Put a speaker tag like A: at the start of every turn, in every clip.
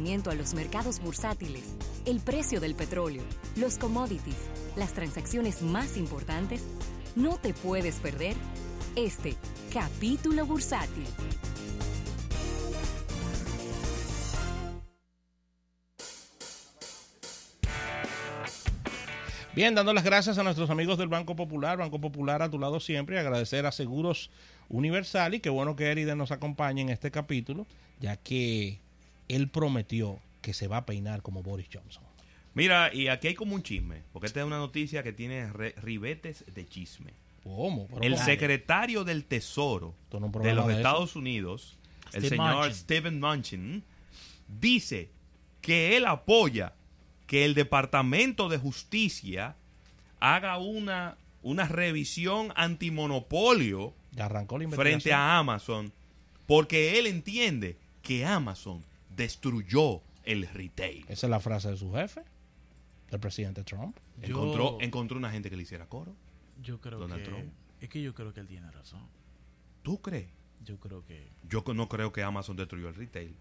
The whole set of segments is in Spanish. A: seguimiento a los mercados bursátiles, el precio del petróleo, los commodities, las transacciones más importantes, no te puedes perder este capítulo bursátil.
B: Bien, dando las gracias a nuestros amigos del Banco Popular, Banco Popular a tu lado siempre, y agradecer a Seguros Universal y qué bueno que Eriden nos acompañe en este capítulo, ya que él prometió que se va a peinar como Boris Johnson.
C: Mira, y aquí hay como un chisme, porque esta es una noticia que tiene re- ribetes de chisme.
B: ¿Cómo? Pero
C: El
B: ¿cómo?
C: secretario del Tesoro
B: Esto no es un
C: de
B: programa
C: los
B: de eso.
C: Estados Unidos, el
D: Steve
C: señor
D: Mnuchin.
C: Stephen Manchin, dice que él apoya que el Departamento de Justicia haga una, una revisión antimonopolio
B: Ya arrancó la investigación.
C: frente a Amazon, porque él entiende que Amazon destruyó el retail.
B: Esa es la frase de su jefe, del presidente Trump.
D: Yo-
C: Encontró, encontró una gente que le hiciera coro.
D: Yo creo
C: Donald
D: que
C: Trump.
D: es que yo creo que él tiene razón.
C: ¿Tú crees?
D: Yo creo que
C: Yo co- no creo que Amazon destruyó el retail.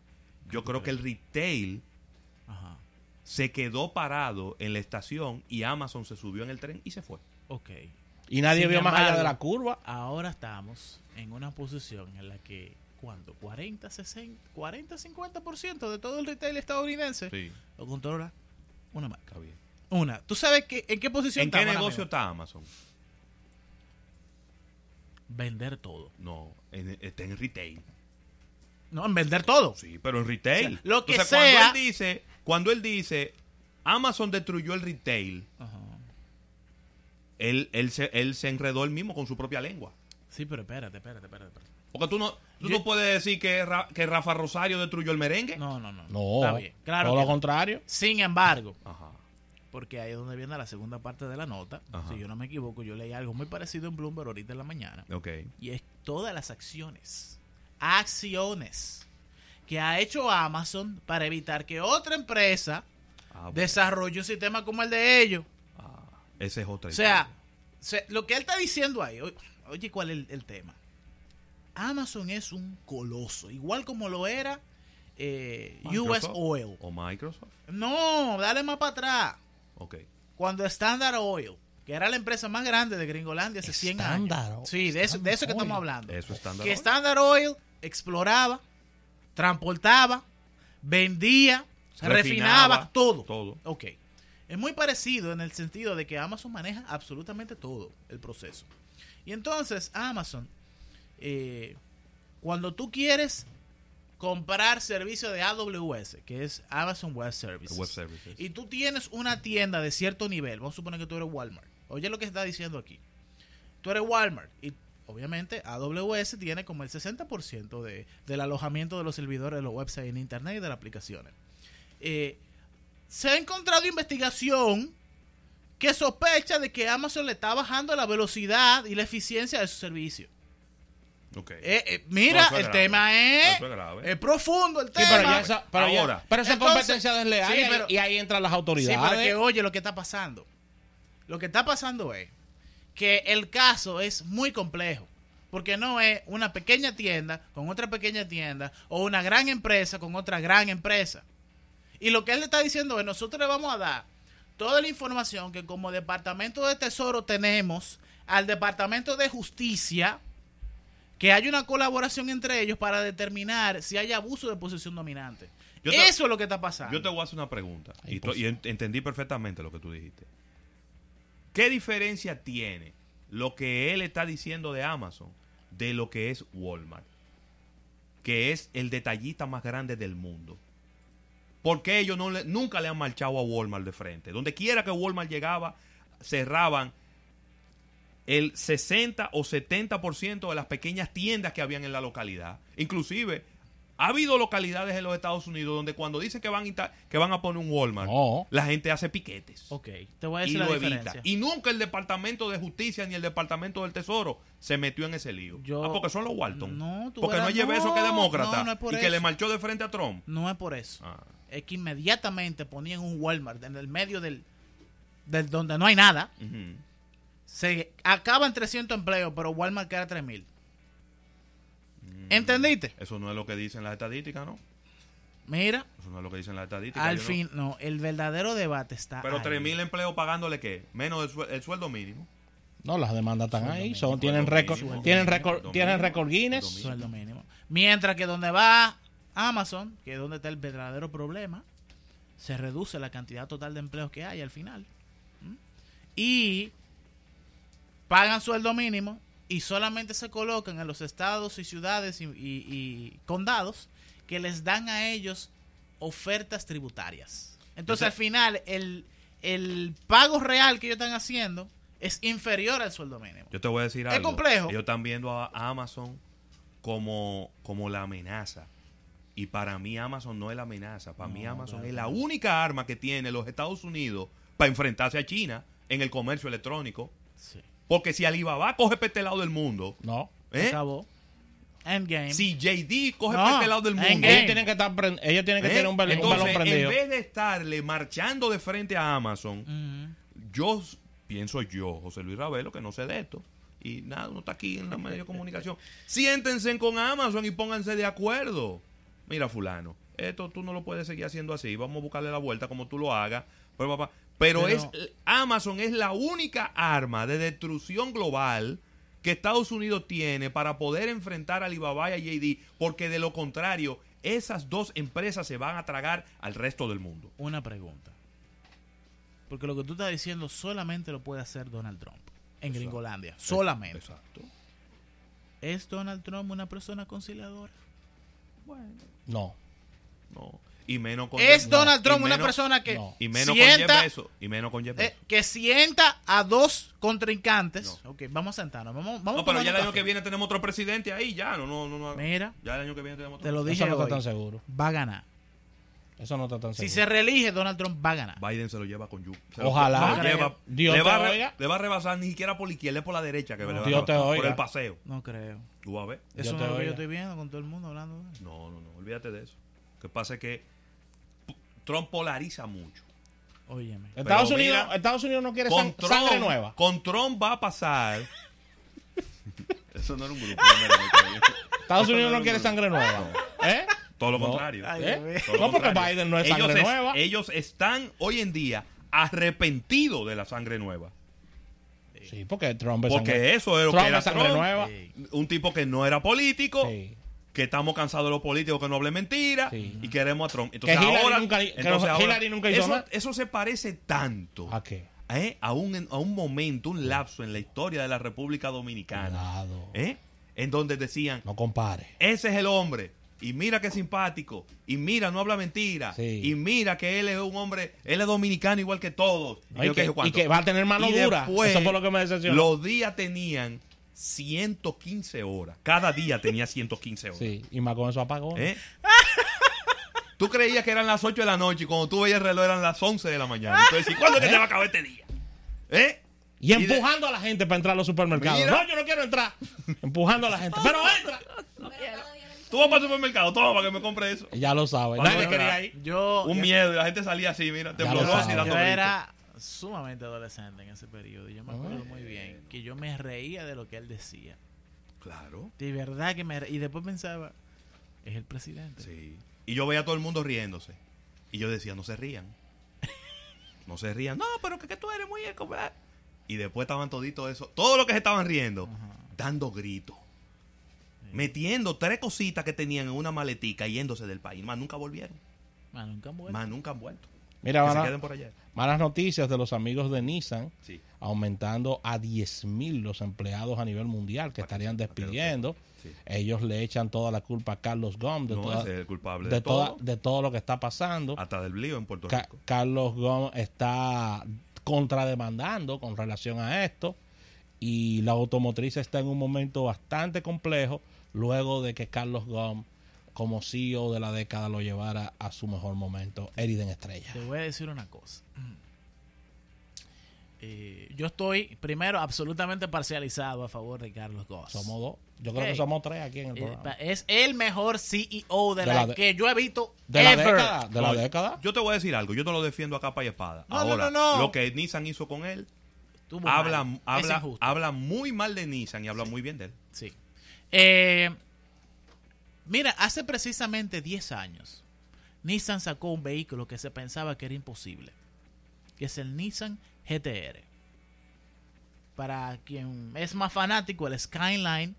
C: Yo creo que el retail
D: ajá.
C: se quedó parado en la estación y Amazon se subió en el tren y se fue.
D: Ok.
B: Y nadie
D: Sin
B: vio más allá
D: embargo,
B: de la curva.
D: Ahora estamos en una posición en la que cuando 40, 60, 40, 50% de todo el retail estadounidense
C: Sí,
D: lo controla una marca.
C: está bien.
D: Una. ¿Tú sabes que, en qué posición
C: ¿En
D: está
C: qué
D: ahora
C: negocio
D: mismo?
C: está Amazon?
D: Vender todo.
C: No, en- está en retail.
D: No, en vender todo.
C: Sí, pero en retail.
D: O sea, lo que
C: Entonces,
D: sea-
C: Cuando él dice, cuando él dice, Amazon destruyó el retail,
D: Ajá.
C: él, él, se, él se enredó él mismo con su propia lengua.
D: Sí, pero espérate, espérate, espérate. espérate.
C: Porque tú no, tú
D: Yo-
C: no puedes decir que, Ra- que Rafa Rosario destruyó el merengue.
D: No, no, no.
B: No,
D: Está bien. Claro.
B: todo
D: que
B: lo
D: no.
B: contrario.
D: Sin embargo,
C: Ajá.
D: porque ahí es donde viene la segunda parte de la nota.
C: Ajá.
D: Si yo no me equivoco, yo leí algo muy parecido en Bloomberg ahorita en la mañana.
C: Ok.
D: Y es todas las acciones, acciones que ha hecho Amazon para evitar que otra empresa
C: Ah, bueno.
D: desarrolle un sistema como el de ellos.
C: Ah, esa es otra
D: O sea,
C: historia.
D: se- lo que él está diciendo ahí, o- oye, ¿cuál es el, el tema? Amazon es un coloso, igual como lo era eh, US
C: Microsoft
D: Oil.
C: O Microsoft.
D: No, dale más para atrás.
C: Ok.
D: cuando Standard Oil, que era la empresa más grande de Gringolandia hace 100
B: Standard Oil.
D: años. Sí, de eso, de eso
B: Standard
D: que estamos
B: Oil.
D: hablando.
C: Eso es estándar.
D: que Standard Oil exploraba, transportaba, vendía, refinaba,
C: Refinaba,
D: todo.
C: todo.
D: Ok. Es muy parecido en el sentido de que Amazon maneja absolutamente todo el proceso. Y entonces Amazon, eh, cuando tú quieres comprar servicio de AWS, que es Amazon Web Services,
C: Web services.
D: y tú tienes una tienda de cierto nivel, vamos a suponer que tú eres Walmart. Oye lo que está diciendo aquí. Tú eres Walmart y obviamente AWS tiene como el 60% de, del alojamiento de los servidores de los websites en Internet y de las aplicaciones. Eh, se ha encontrado investigación que sospecha de que Amazon le está bajando la velocidad y la eficiencia de su servicio.
C: Ok.
D: Eh, eh, mira,
C: No, eso es
D: el
C: grave.
D: tema es,
C: Eso es grave.
D: es profundo el
B: Sí,
D: tema.
B: pero ya esa, pero ya-
C: Ahora.
B: pero esa
D: Entonces-
B: competencia desleal
D: Sí,
B: y ahí-
D: pero-
B: y ahí entran las
D: Sí,
B: autoridades.
D: pero que oye lo que está pasando. Lo que está pasando es que el caso es muy complejo. Porque no es una pequeña tienda con otra pequeña tienda o una gran empresa con otra gran empresa. Y lo que él le está diciendo es, nosotros le vamos a dar toda la información que como Departamento de Tesoro tenemos al Departamento de Justicia, que hay una colaboración entre ellos para determinar si hay abuso de posición dominante.
C: Yo te-
D: Eso es lo que está pasando.
C: Yo te voy a hacer una pregunta. Y, to-
B: Imposible.
C: y en- entendí perfectamente lo que tú dijiste. ¿Qué diferencia tiene lo que él está diciendo de Amazon de lo que es Walmart? Que es el detallista más grande del mundo. Porque ellos no le- nunca le han marchado a Walmart de frente. Donde quiera que Walmart llegaba, cerraban el 60 o 70% de las pequeñas tiendas que habían en la localidad. Inclusive, ha habido localidades en los Estados Unidos donde cuando dicen que van, a insta- que van a poner un Walmart,
B: No.
C: la gente hace piquetes.
D: Ok, te voy a
C: Y
D: decir la
C: lo
D: diferencia.
C: evita. Y nunca el Departamento de Justicia ni el Departamento del Tesoro se metió en ese lío.
D: Yo-
C: Ah, porque son los Walton.
D: No, tú
C: porque
D: verás-
C: no lleve eso que es
D: no,
C: demócrata
D: no, no es por
C: y
D: eso.
C: que le marchó de frente a Trump.
D: No es por eso.
C: Ah,
D: Es que inmediatamente ponían un Walmart en el medio del, del donde no hay nada.
C: ujú.
D: Se acaban 300 empleos, pero Walmart queda 3000. ¿Entendiste?
C: Mm. Eso no es lo que dicen las estadísticas, ¿no?
D: Mira,
C: Eso no es lo que dicen las estadísticas.
D: al
C: yo no-
D: fin, no, el verdadero debate está.
C: Pero
D: ahí.
C: 3.000 empleos pagándole qué? Menos el, sue- el sueldo mínimo.
B: No, las demandas están ahí, son, tienen
C: Sueldo
B: récord,
C: mínimo.
B: tienen
C: Sueldo
B: récord,
C: mínimo.
B: tienen récord
C: Sueldo
B: Guinness.
C: mínimo.
D: Sueldo mínimo. Mientras que donde va Amazon, que es donde está el verdadero problema, se reduce la cantidad total de empleos que hay al final. ¿Mm? Y pagan sueldo mínimo y solamente se colocan en los estados y ciudades y, y- y condados que les dan a ellos ofertas tributarias. Entonces
C: Ese-
D: al final el, el pago real que ellos están haciendo es inferior al sueldo mínimo.
C: Yo te voy a decir
D: Es
C: algo.
D: complejo.
C: Ellos están viendo a a Amazon como, como la amenaza. Y para mí Amazon no es la amenaza. Para mí Amazon es la única arma que tiene los Estados Unidos para enfrentarse a China en el comercio electrónico.
D: Sí.
C: Porque si Alibaba coge para este lado del mundo,
B: No.
D: Se
C: ¿eh?
D: acabó. Endgame.
C: si JD coge
D: No,
C: para este lado del
D: en
C: mundo,
D: game.
B: Ellos tienen que estar pren- ellos tienen que
C: ¿eh?
B: tener un, bal- un
C: entonces
B: balón
C: en
B: prendido.
C: vez de estarle marchando de frente a Amazon,
D: Ujú.
C: yo s- pienso yo, José Luis Ravelo, que no sé de esto. Y nada, uno está aquí en los medios de comunicación. Siéntense con Amazon y pónganse de acuerdo. Mira, fulano, esto tú no lo puedes seguir haciendo así. Vamos a buscarle la vuelta como tú lo hagas. Pero, papá, pero,
D: Pero-
C: es Amazon es la única arma de destrucción global que Estados Unidos tiene para poder enfrentar a Alibaba y a JD, porque de lo contrario, esas dos empresas se van a tragar al resto del mundo.
D: una pregunta. Porque lo que tú estás diciendo solamente lo puede hacer Donald Trump en Gringolandia. Solamente.
C: Exacto.
D: ¿Es Donald Trump una persona conciliadora?
B: No.
C: No. Y menos con
D: ¿Es
C: Jeff-
D: Donald
C: y
D: Trump una
C: menos-
D: persona que
B: no.
C: y menos con Jeff
D: sienta,
C: Bezos, y menos con Jeff
D: eh,
C: Bezos.
D: que sienta a dos contrincantes? Ok, vamos a sentarnos. Vamos, vamos
C: No,
D: a
C: pero
D: tomar
C: ya el
D: un
C: año
D: café.
C: que viene tenemos otro presidente ahí, ya, no no no, no.
D: Mira,
C: Ya el año que viene tenemos
D: te
C: otro.
D: lo dije
B: Eso no está
D: hoy,
B: tan seguro.
D: Va a ganar.
B: Eso no está tan
D: Si
B: seguro.
D: se reelige, Donald Trump va a ganar.
C: Biden se lo lleva con Yuki. Se
B: Ojalá.
C: lo- se lo
D: No
C: lleva-
B: creo. Dios
C: le,
B: te
C: va a re-
B: oiga.
C: le va a rebasar ni siquiera por la izquierda, es por la derecha que le va a
B: Dios te
C: rebasar, Por
B: oiga.
C: el paseo.
D: No creo.
C: Tú vas a ver.
B: Yo
D: Eso
B: te
D: no es lo que
B: oigo.
D: yo estoy viendo con todo el mundo hablando. de eso.
C: No, no, no, olvídate de eso. Lo que pasa es que p- Trump polariza mucho.
D: Óyeme.
B: Estados
C: Pero
B: Unidos,
C: mira,
B: Estados Unidos no quiere
C: Con
B: sang- sangre
C: Trump,
B: nueva.
C: con Trump va a pasar. eso no era un grupo. no era un grupo.
B: Estados Unidos
C: no,
B: no quiere
C: no.
B: sangre nueva. ¿Eh?
C: Todo lo
B: No.
C: contrario.
D: Ay,
B: ¿Eh?
D: Dios mío.
C: Todo lo
B: No, porque
C: contrario.
B: Biden no es sangre
C: ellos es-
B: nueva.
C: Ellos están hoy en día arrepentidos de la sangre nueva.
B: Sí, porque Trump es
C: Porque
B: sangre-
C: eso es lo
B: Pues Trump
C: que era
B: es sangre
C: Trump.
B: nueva.
D: Sí.
C: Un tipo que no era político,
B: Sí.
C: que estamos cansados de los políticos que no hablen mentira
B: Sí.
C: y queremos a Trump. Entonces
B: Que Hillary
C: ahora,
B: nunca- que
C: entonces
B: no-
C: ahora-
B: Hillary nunca hizo
C: eso,
B: nada.
C: eso se parece tanto
B: ¿A qué?
C: ¿eh? a, un, a un momento, un lapso en la historia de la República Dominicana,
B: Cuidado.
C: ¿eh? en donde decían,
B: No compare.
C: Ese es el hombre. Y mira que simpático. Y mira, no habla mentira.
B: Sí.
C: Y mira que él es un hombre, él es dominicano igual que todos.
B: No, y,
C: yo qué sé
B: que, y
C: cuánto.
B: que va a tener mano
C: Y
B: dura.
C: después,
B: Eso fue lo que me decepcionó.
C: Los días tenían 115 horas. Cada día tenía 115 horas.
B: Sí, y más con esos apagones.
C: ¿Eh? Tú creías que eran las 8 de la noche y cuando tú veías el reloj eran las 11 de la mañana. Entonces, ¿y cuándo es que se va a acabar este día? ¿Eh?
B: Y
C: de-
B: empujando a la gente para entrar a los supermercados.
C: Mira.
B: No, yo no quiero entrar. empujando a la gente. Pero entra.
C: Tú vas para el supermercado, toma para que me compre eso.
B: Ya lo sabe.
C: Vamos
B: Nadie
C: a
B: quería
C: entrar.
B: ir.
D: Yo,
C: Un
D: yo-
C: miedo. Y la gente salía así,
B: Ya
C: mira,
B: lo
C: temblorosa
B: sabes.
C: y dando
B: tanto
D: yo
C: gritos.
D: era sumamente adolescente en ese periodo. y Yo me acuerdo muy bien que yo me reía de lo que él decía.
C: Claro.
D: De verdad que me reía. Y después pensaba, es el presidente.
C: Sí. Y yo veía a todo el mundo riéndose. Y yo decía, no se rían. No se rían. No, pero que, que tú eres muy eco, ¿verdad? Y después estaban toditos eso. Todos los que se estaban riendo, dando gritos. Metiendo tres cositas que tenían en una maletica y yéndose del país. Más nunca volvieron.
D: Más nunca han vuelto.
C: Más nunca han vuelto.
B: Mira,
C: que se
B: mala-
C: queden por allá.
B: malas noticias de los amigos de Nissan.
C: Sí.
B: Aumentando a 10.000 los empleados a nivel mundial que estarían
C: sepa, para que lo
B: despidiendo.
C: sepa. Sí.
B: Ellos le echan toda la culpa a Carlos Gom de,
C: No,
B: toda-
C: ese es el culpable de,
B: de, toda-
C: todo.
B: de todo lo que está pasando.
C: Hasta del lío en Puerto
B: Ca-
C: Rico.
B: Carlos Gómez está contrademandando con relación a esto y la automotriz está en un momento bastante complejo luego de que Carlos Gómez como CEO de la década lo llevara a su mejor momento, Eriden Estrella.
D: Te voy a decir una cosa. Eh, yo estoy, primero, absolutamente parcializado a favor de Carlos Goss.
B: Somos dos, yo creo
D: Hey.
B: que somos tres aquí en el
D: Eh, pa-
B: programa.
D: es el mejor CEO de,
B: De
D: la,
B: la de-
D: que yo he visto
B: De la
D: ever.
B: década, de la
C: Oye,
B: década.
C: Yo te voy a decir algo. Yo te lo defiendo a capa y espada.
D: No, no,
C: Ahora,
D: no, no.
C: lo que Nissan hizo con él,
D: Estuvo
C: habla,
D: mal. Es
C: habla,
D: injusto.
C: habla muy mal de Nissan y habla muy bien de él.
D: Sí. Eh, mira, hace precisamente 10 años, Nissan sacó un vehículo que se pensaba que era imposible, que es el Nissan GTR. Para quien es más fanático, el Skyline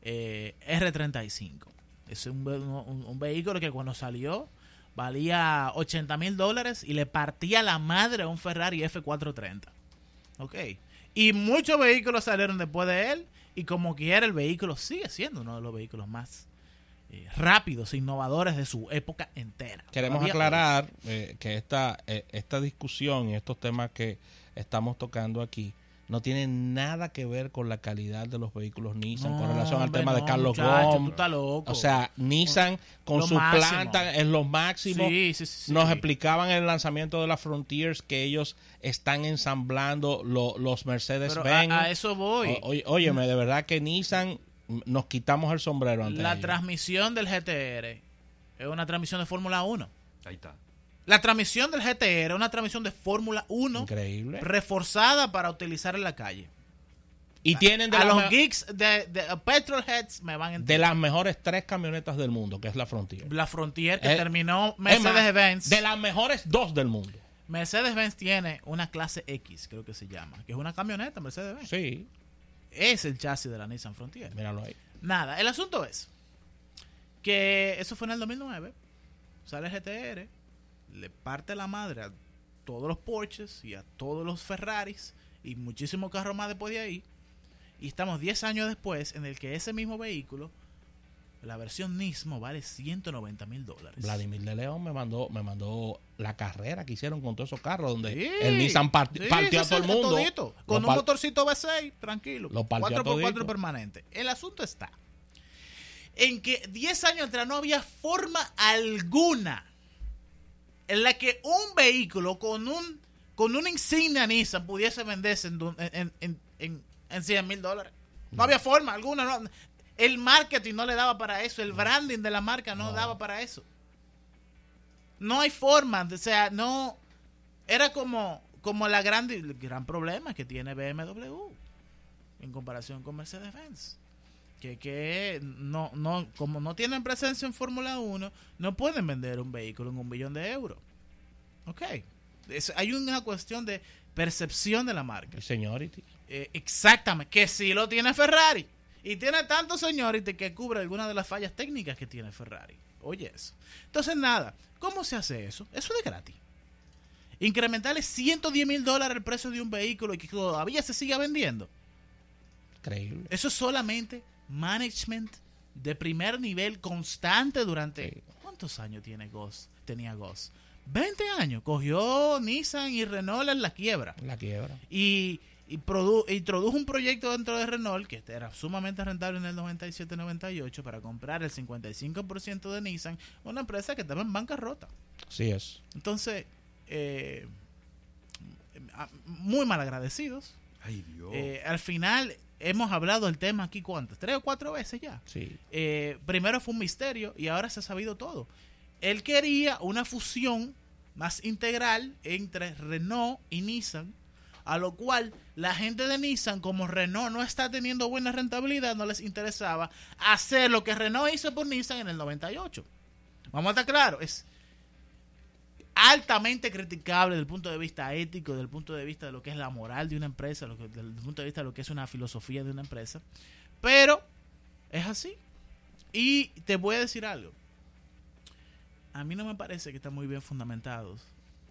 D: eh, R35. Es un, ve- un- un vehículo que cuando salió valía 80 mil dólares y le partía la madre a un Ferrari F430. Ok. Y muchos vehículos salieron después de él. Y como quiera, el vehículo sigue siendo uno de los vehículos más eh, rápidos, innovadores de su época entera.
B: Queremos
D: Todavía
B: aclarar eh, que esta, eh, esta discusión y estos temas que estamos tocando aquí no tienen nada que ver con la calidad de los vehículos
D: hoy.
B: Nissan con
D: No,
B: relación al
D: hombre,
B: tema de
D: no,
B: Carlos
D: muchacho, tú
B: Gómez.
D: estás loco.
B: O sea, Nissan con
D: Lo
B: su
D: máximo.
B: planta es lo máximo.
D: Sí, sí, sí, sí.
B: Nos explicaban en el lanzamiento de las Frontiers que ellos están ensamblando lo- los
D: Pero
B: Mercedes-Benz.
D: a, a eso voy.
B: O- oye- óyeme, de verdad que Nissan mm, nos quitamos el sombrero ante
D: la
B: ellos.
D: transmisión del GTR es una transmisión de Fórmula 1.
C: Ahí está.
D: La transmisión del GTR es una transmisión de Fórmula 1
B: Increíble.
D: reforzada para utilizar en la calle.
B: Y tienen de
D: a
B: las
D: los
B: me-
D: geeks de, de a Petrolheads me van a
B: de
D: entender.
B: las mejores tres camionetas del mundo, que es la Frontier.
D: La Frontier que
B: Eh,
D: terminó
B: Es más,
D: Mercedes-Benz.
B: De las mejores dos del mundo.
D: Mercedes-Benz tiene una clase X, creo que se llama, que es una camioneta Mercedes-Benz.
B: Sí,
D: Es el chasis de la Nissan Frontier.
B: míralo ahí.
D: Nada, el asunto es que eso fue en el 2009. Sale el GTR, le parte la madre a todos los Porsches y a todos los Ferraris y muchísimos carros más después de ahí. Y estamos 10 años después en el que ese mismo vehículo, la versión Nismo, vale 190 mil dólares.
B: Vladimir de León me mandó, me mandó la carrera que hicieron con todos esos carros donde
D: Sí,
B: el Nissan part-
D: sí,
B: partió a
D: sí,
B: todo el
D: sí,
B: mundo.
D: todito, con
B: Lo
D: un
B: par-
D: motorcito V6, tranquilo.
B: Lo partió a
D: 4x4
B: todito.
D: permanente. El asunto está en que 10 años atrás no había forma alguna en la que un vehículo con un con una insignia Nissan pudiese venderse en, du- en, en, en, en 100 mil dólares. No había forma alguna. no- el marketing no le daba para eso. El branding de la marca no,
B: No.
D: daba para eso. No hay forma. O sea, no. Era como, como la gran, el gran problema que tiene BMW en comparación con Mercedes-Benz. Que, que no, no, como no tienen presencia en Fórmula 1, no pueden vender un vehículo en un billón de euros. Ok. Es- hay una cuestión de percepción de la marca.
B: Seniority.
D: Eh, exactamente. Que sí lo tiene Ferrari. Y tiene tanto señority que cubre algunas de las fallas técnicas que tiene Ferrari. Oye eso. Entonces, nada. ¿Cómo se hace eso? Eso es de gratis. Incrementarle 110 mil dólares el precio de un vehículo y que todavía se siga vendiendo.
B: Increíble.
D: Eso es solamente management de primer nivel constante durante...
B: Sí.
D: ¿Cuántos años tiene Goss? Tenía Goss. 20 años. Cogió Nissan y Renault en la quiebra
B: La quiebra.
D: y, y produ- introdujo un proyecto dentro de Renault que este era sumamente rentable en el 97-98 para comprar el 55% de Nissan, una empresa que estaba en bancarrota.
B: Sí es.
D: Entonces, eh, a- muy mal agradecidos.
C: Ay, Dios.
D: Eh, al final hemos hablado el tema aquí cuántas, tres o cuatro veces ya.
B: Sí.
D: Eh, primero fue un misterio y ahora se ha sabido todo. Él quería una fusión más integral entre Renault y Nissan, a lo cual la gente de Nissan, como Renault no está teniendo buena rentabilidad, no les interesaba hacer lo que Renault hizo por Nissan en el 98. Vamos a estar claros, es altamente criticable desde el punto de vista ético, desde el punto de vista de lo que es la moral de una empresa, lo que- desde el punto de vista de lo que es una filosofía de una empresa, pero es así. Y te voy a decir algo. A mí no me parece que están muy bien fundamentados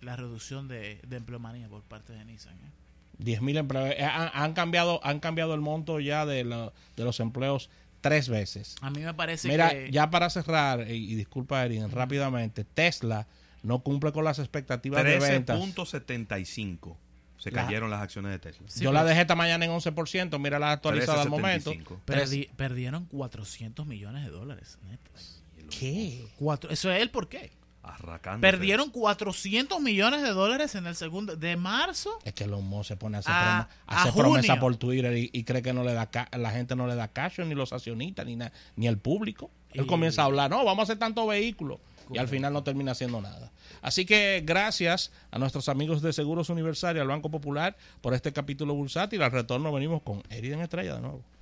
D: la reducción de, de empleomanía por parte de Nissan. ¿eh?
B: 10.000 empleados. Eh, Han, han cambiado, han cambiado el monto ya de, la- de los empleos tres veces.
D: A mí me parece
B: Mira,
D: que...
B: ya para cerrar, eh, y, disculpa, Erin, rápidamente, Tesla no cumple con las expectativas de ventas.
C: 13.75 se
B: La-
C: cayeron las acciones de Tesla.
D: Sí,
B: Yo la
D: pero-
B: dejé esta mañana en 11%, mira la actualizada al momento.
C: 13.75.
D: perdi- perdieron 400 millones de dólares netos.
B: ¿Qué?
D: Cuatro, eso es el porqué.
C: Arracando.
D: Perdieron 400 millones de dólares en el segundo... De marzo
B: Es que Elon Musk se pone a hacer,
D: A-
B: promesa, a hacer
D: Ah, a junio.
B: promesa por Twitter y, y cree que no le da ca- la gente no le da cash ni los accionistas ni na- ni el público. Él
D: Y-
B: comienza a hablar, no, vamos a hacer tantos vehículos y al
D: Correcto.
B: final no termina haciendo nada. Así que gracias a nuestros amigos de Seguros Universal y al Banco Popular por este capítulo bursátil. Al retorno venimos con Eriden Estrella de nuevo.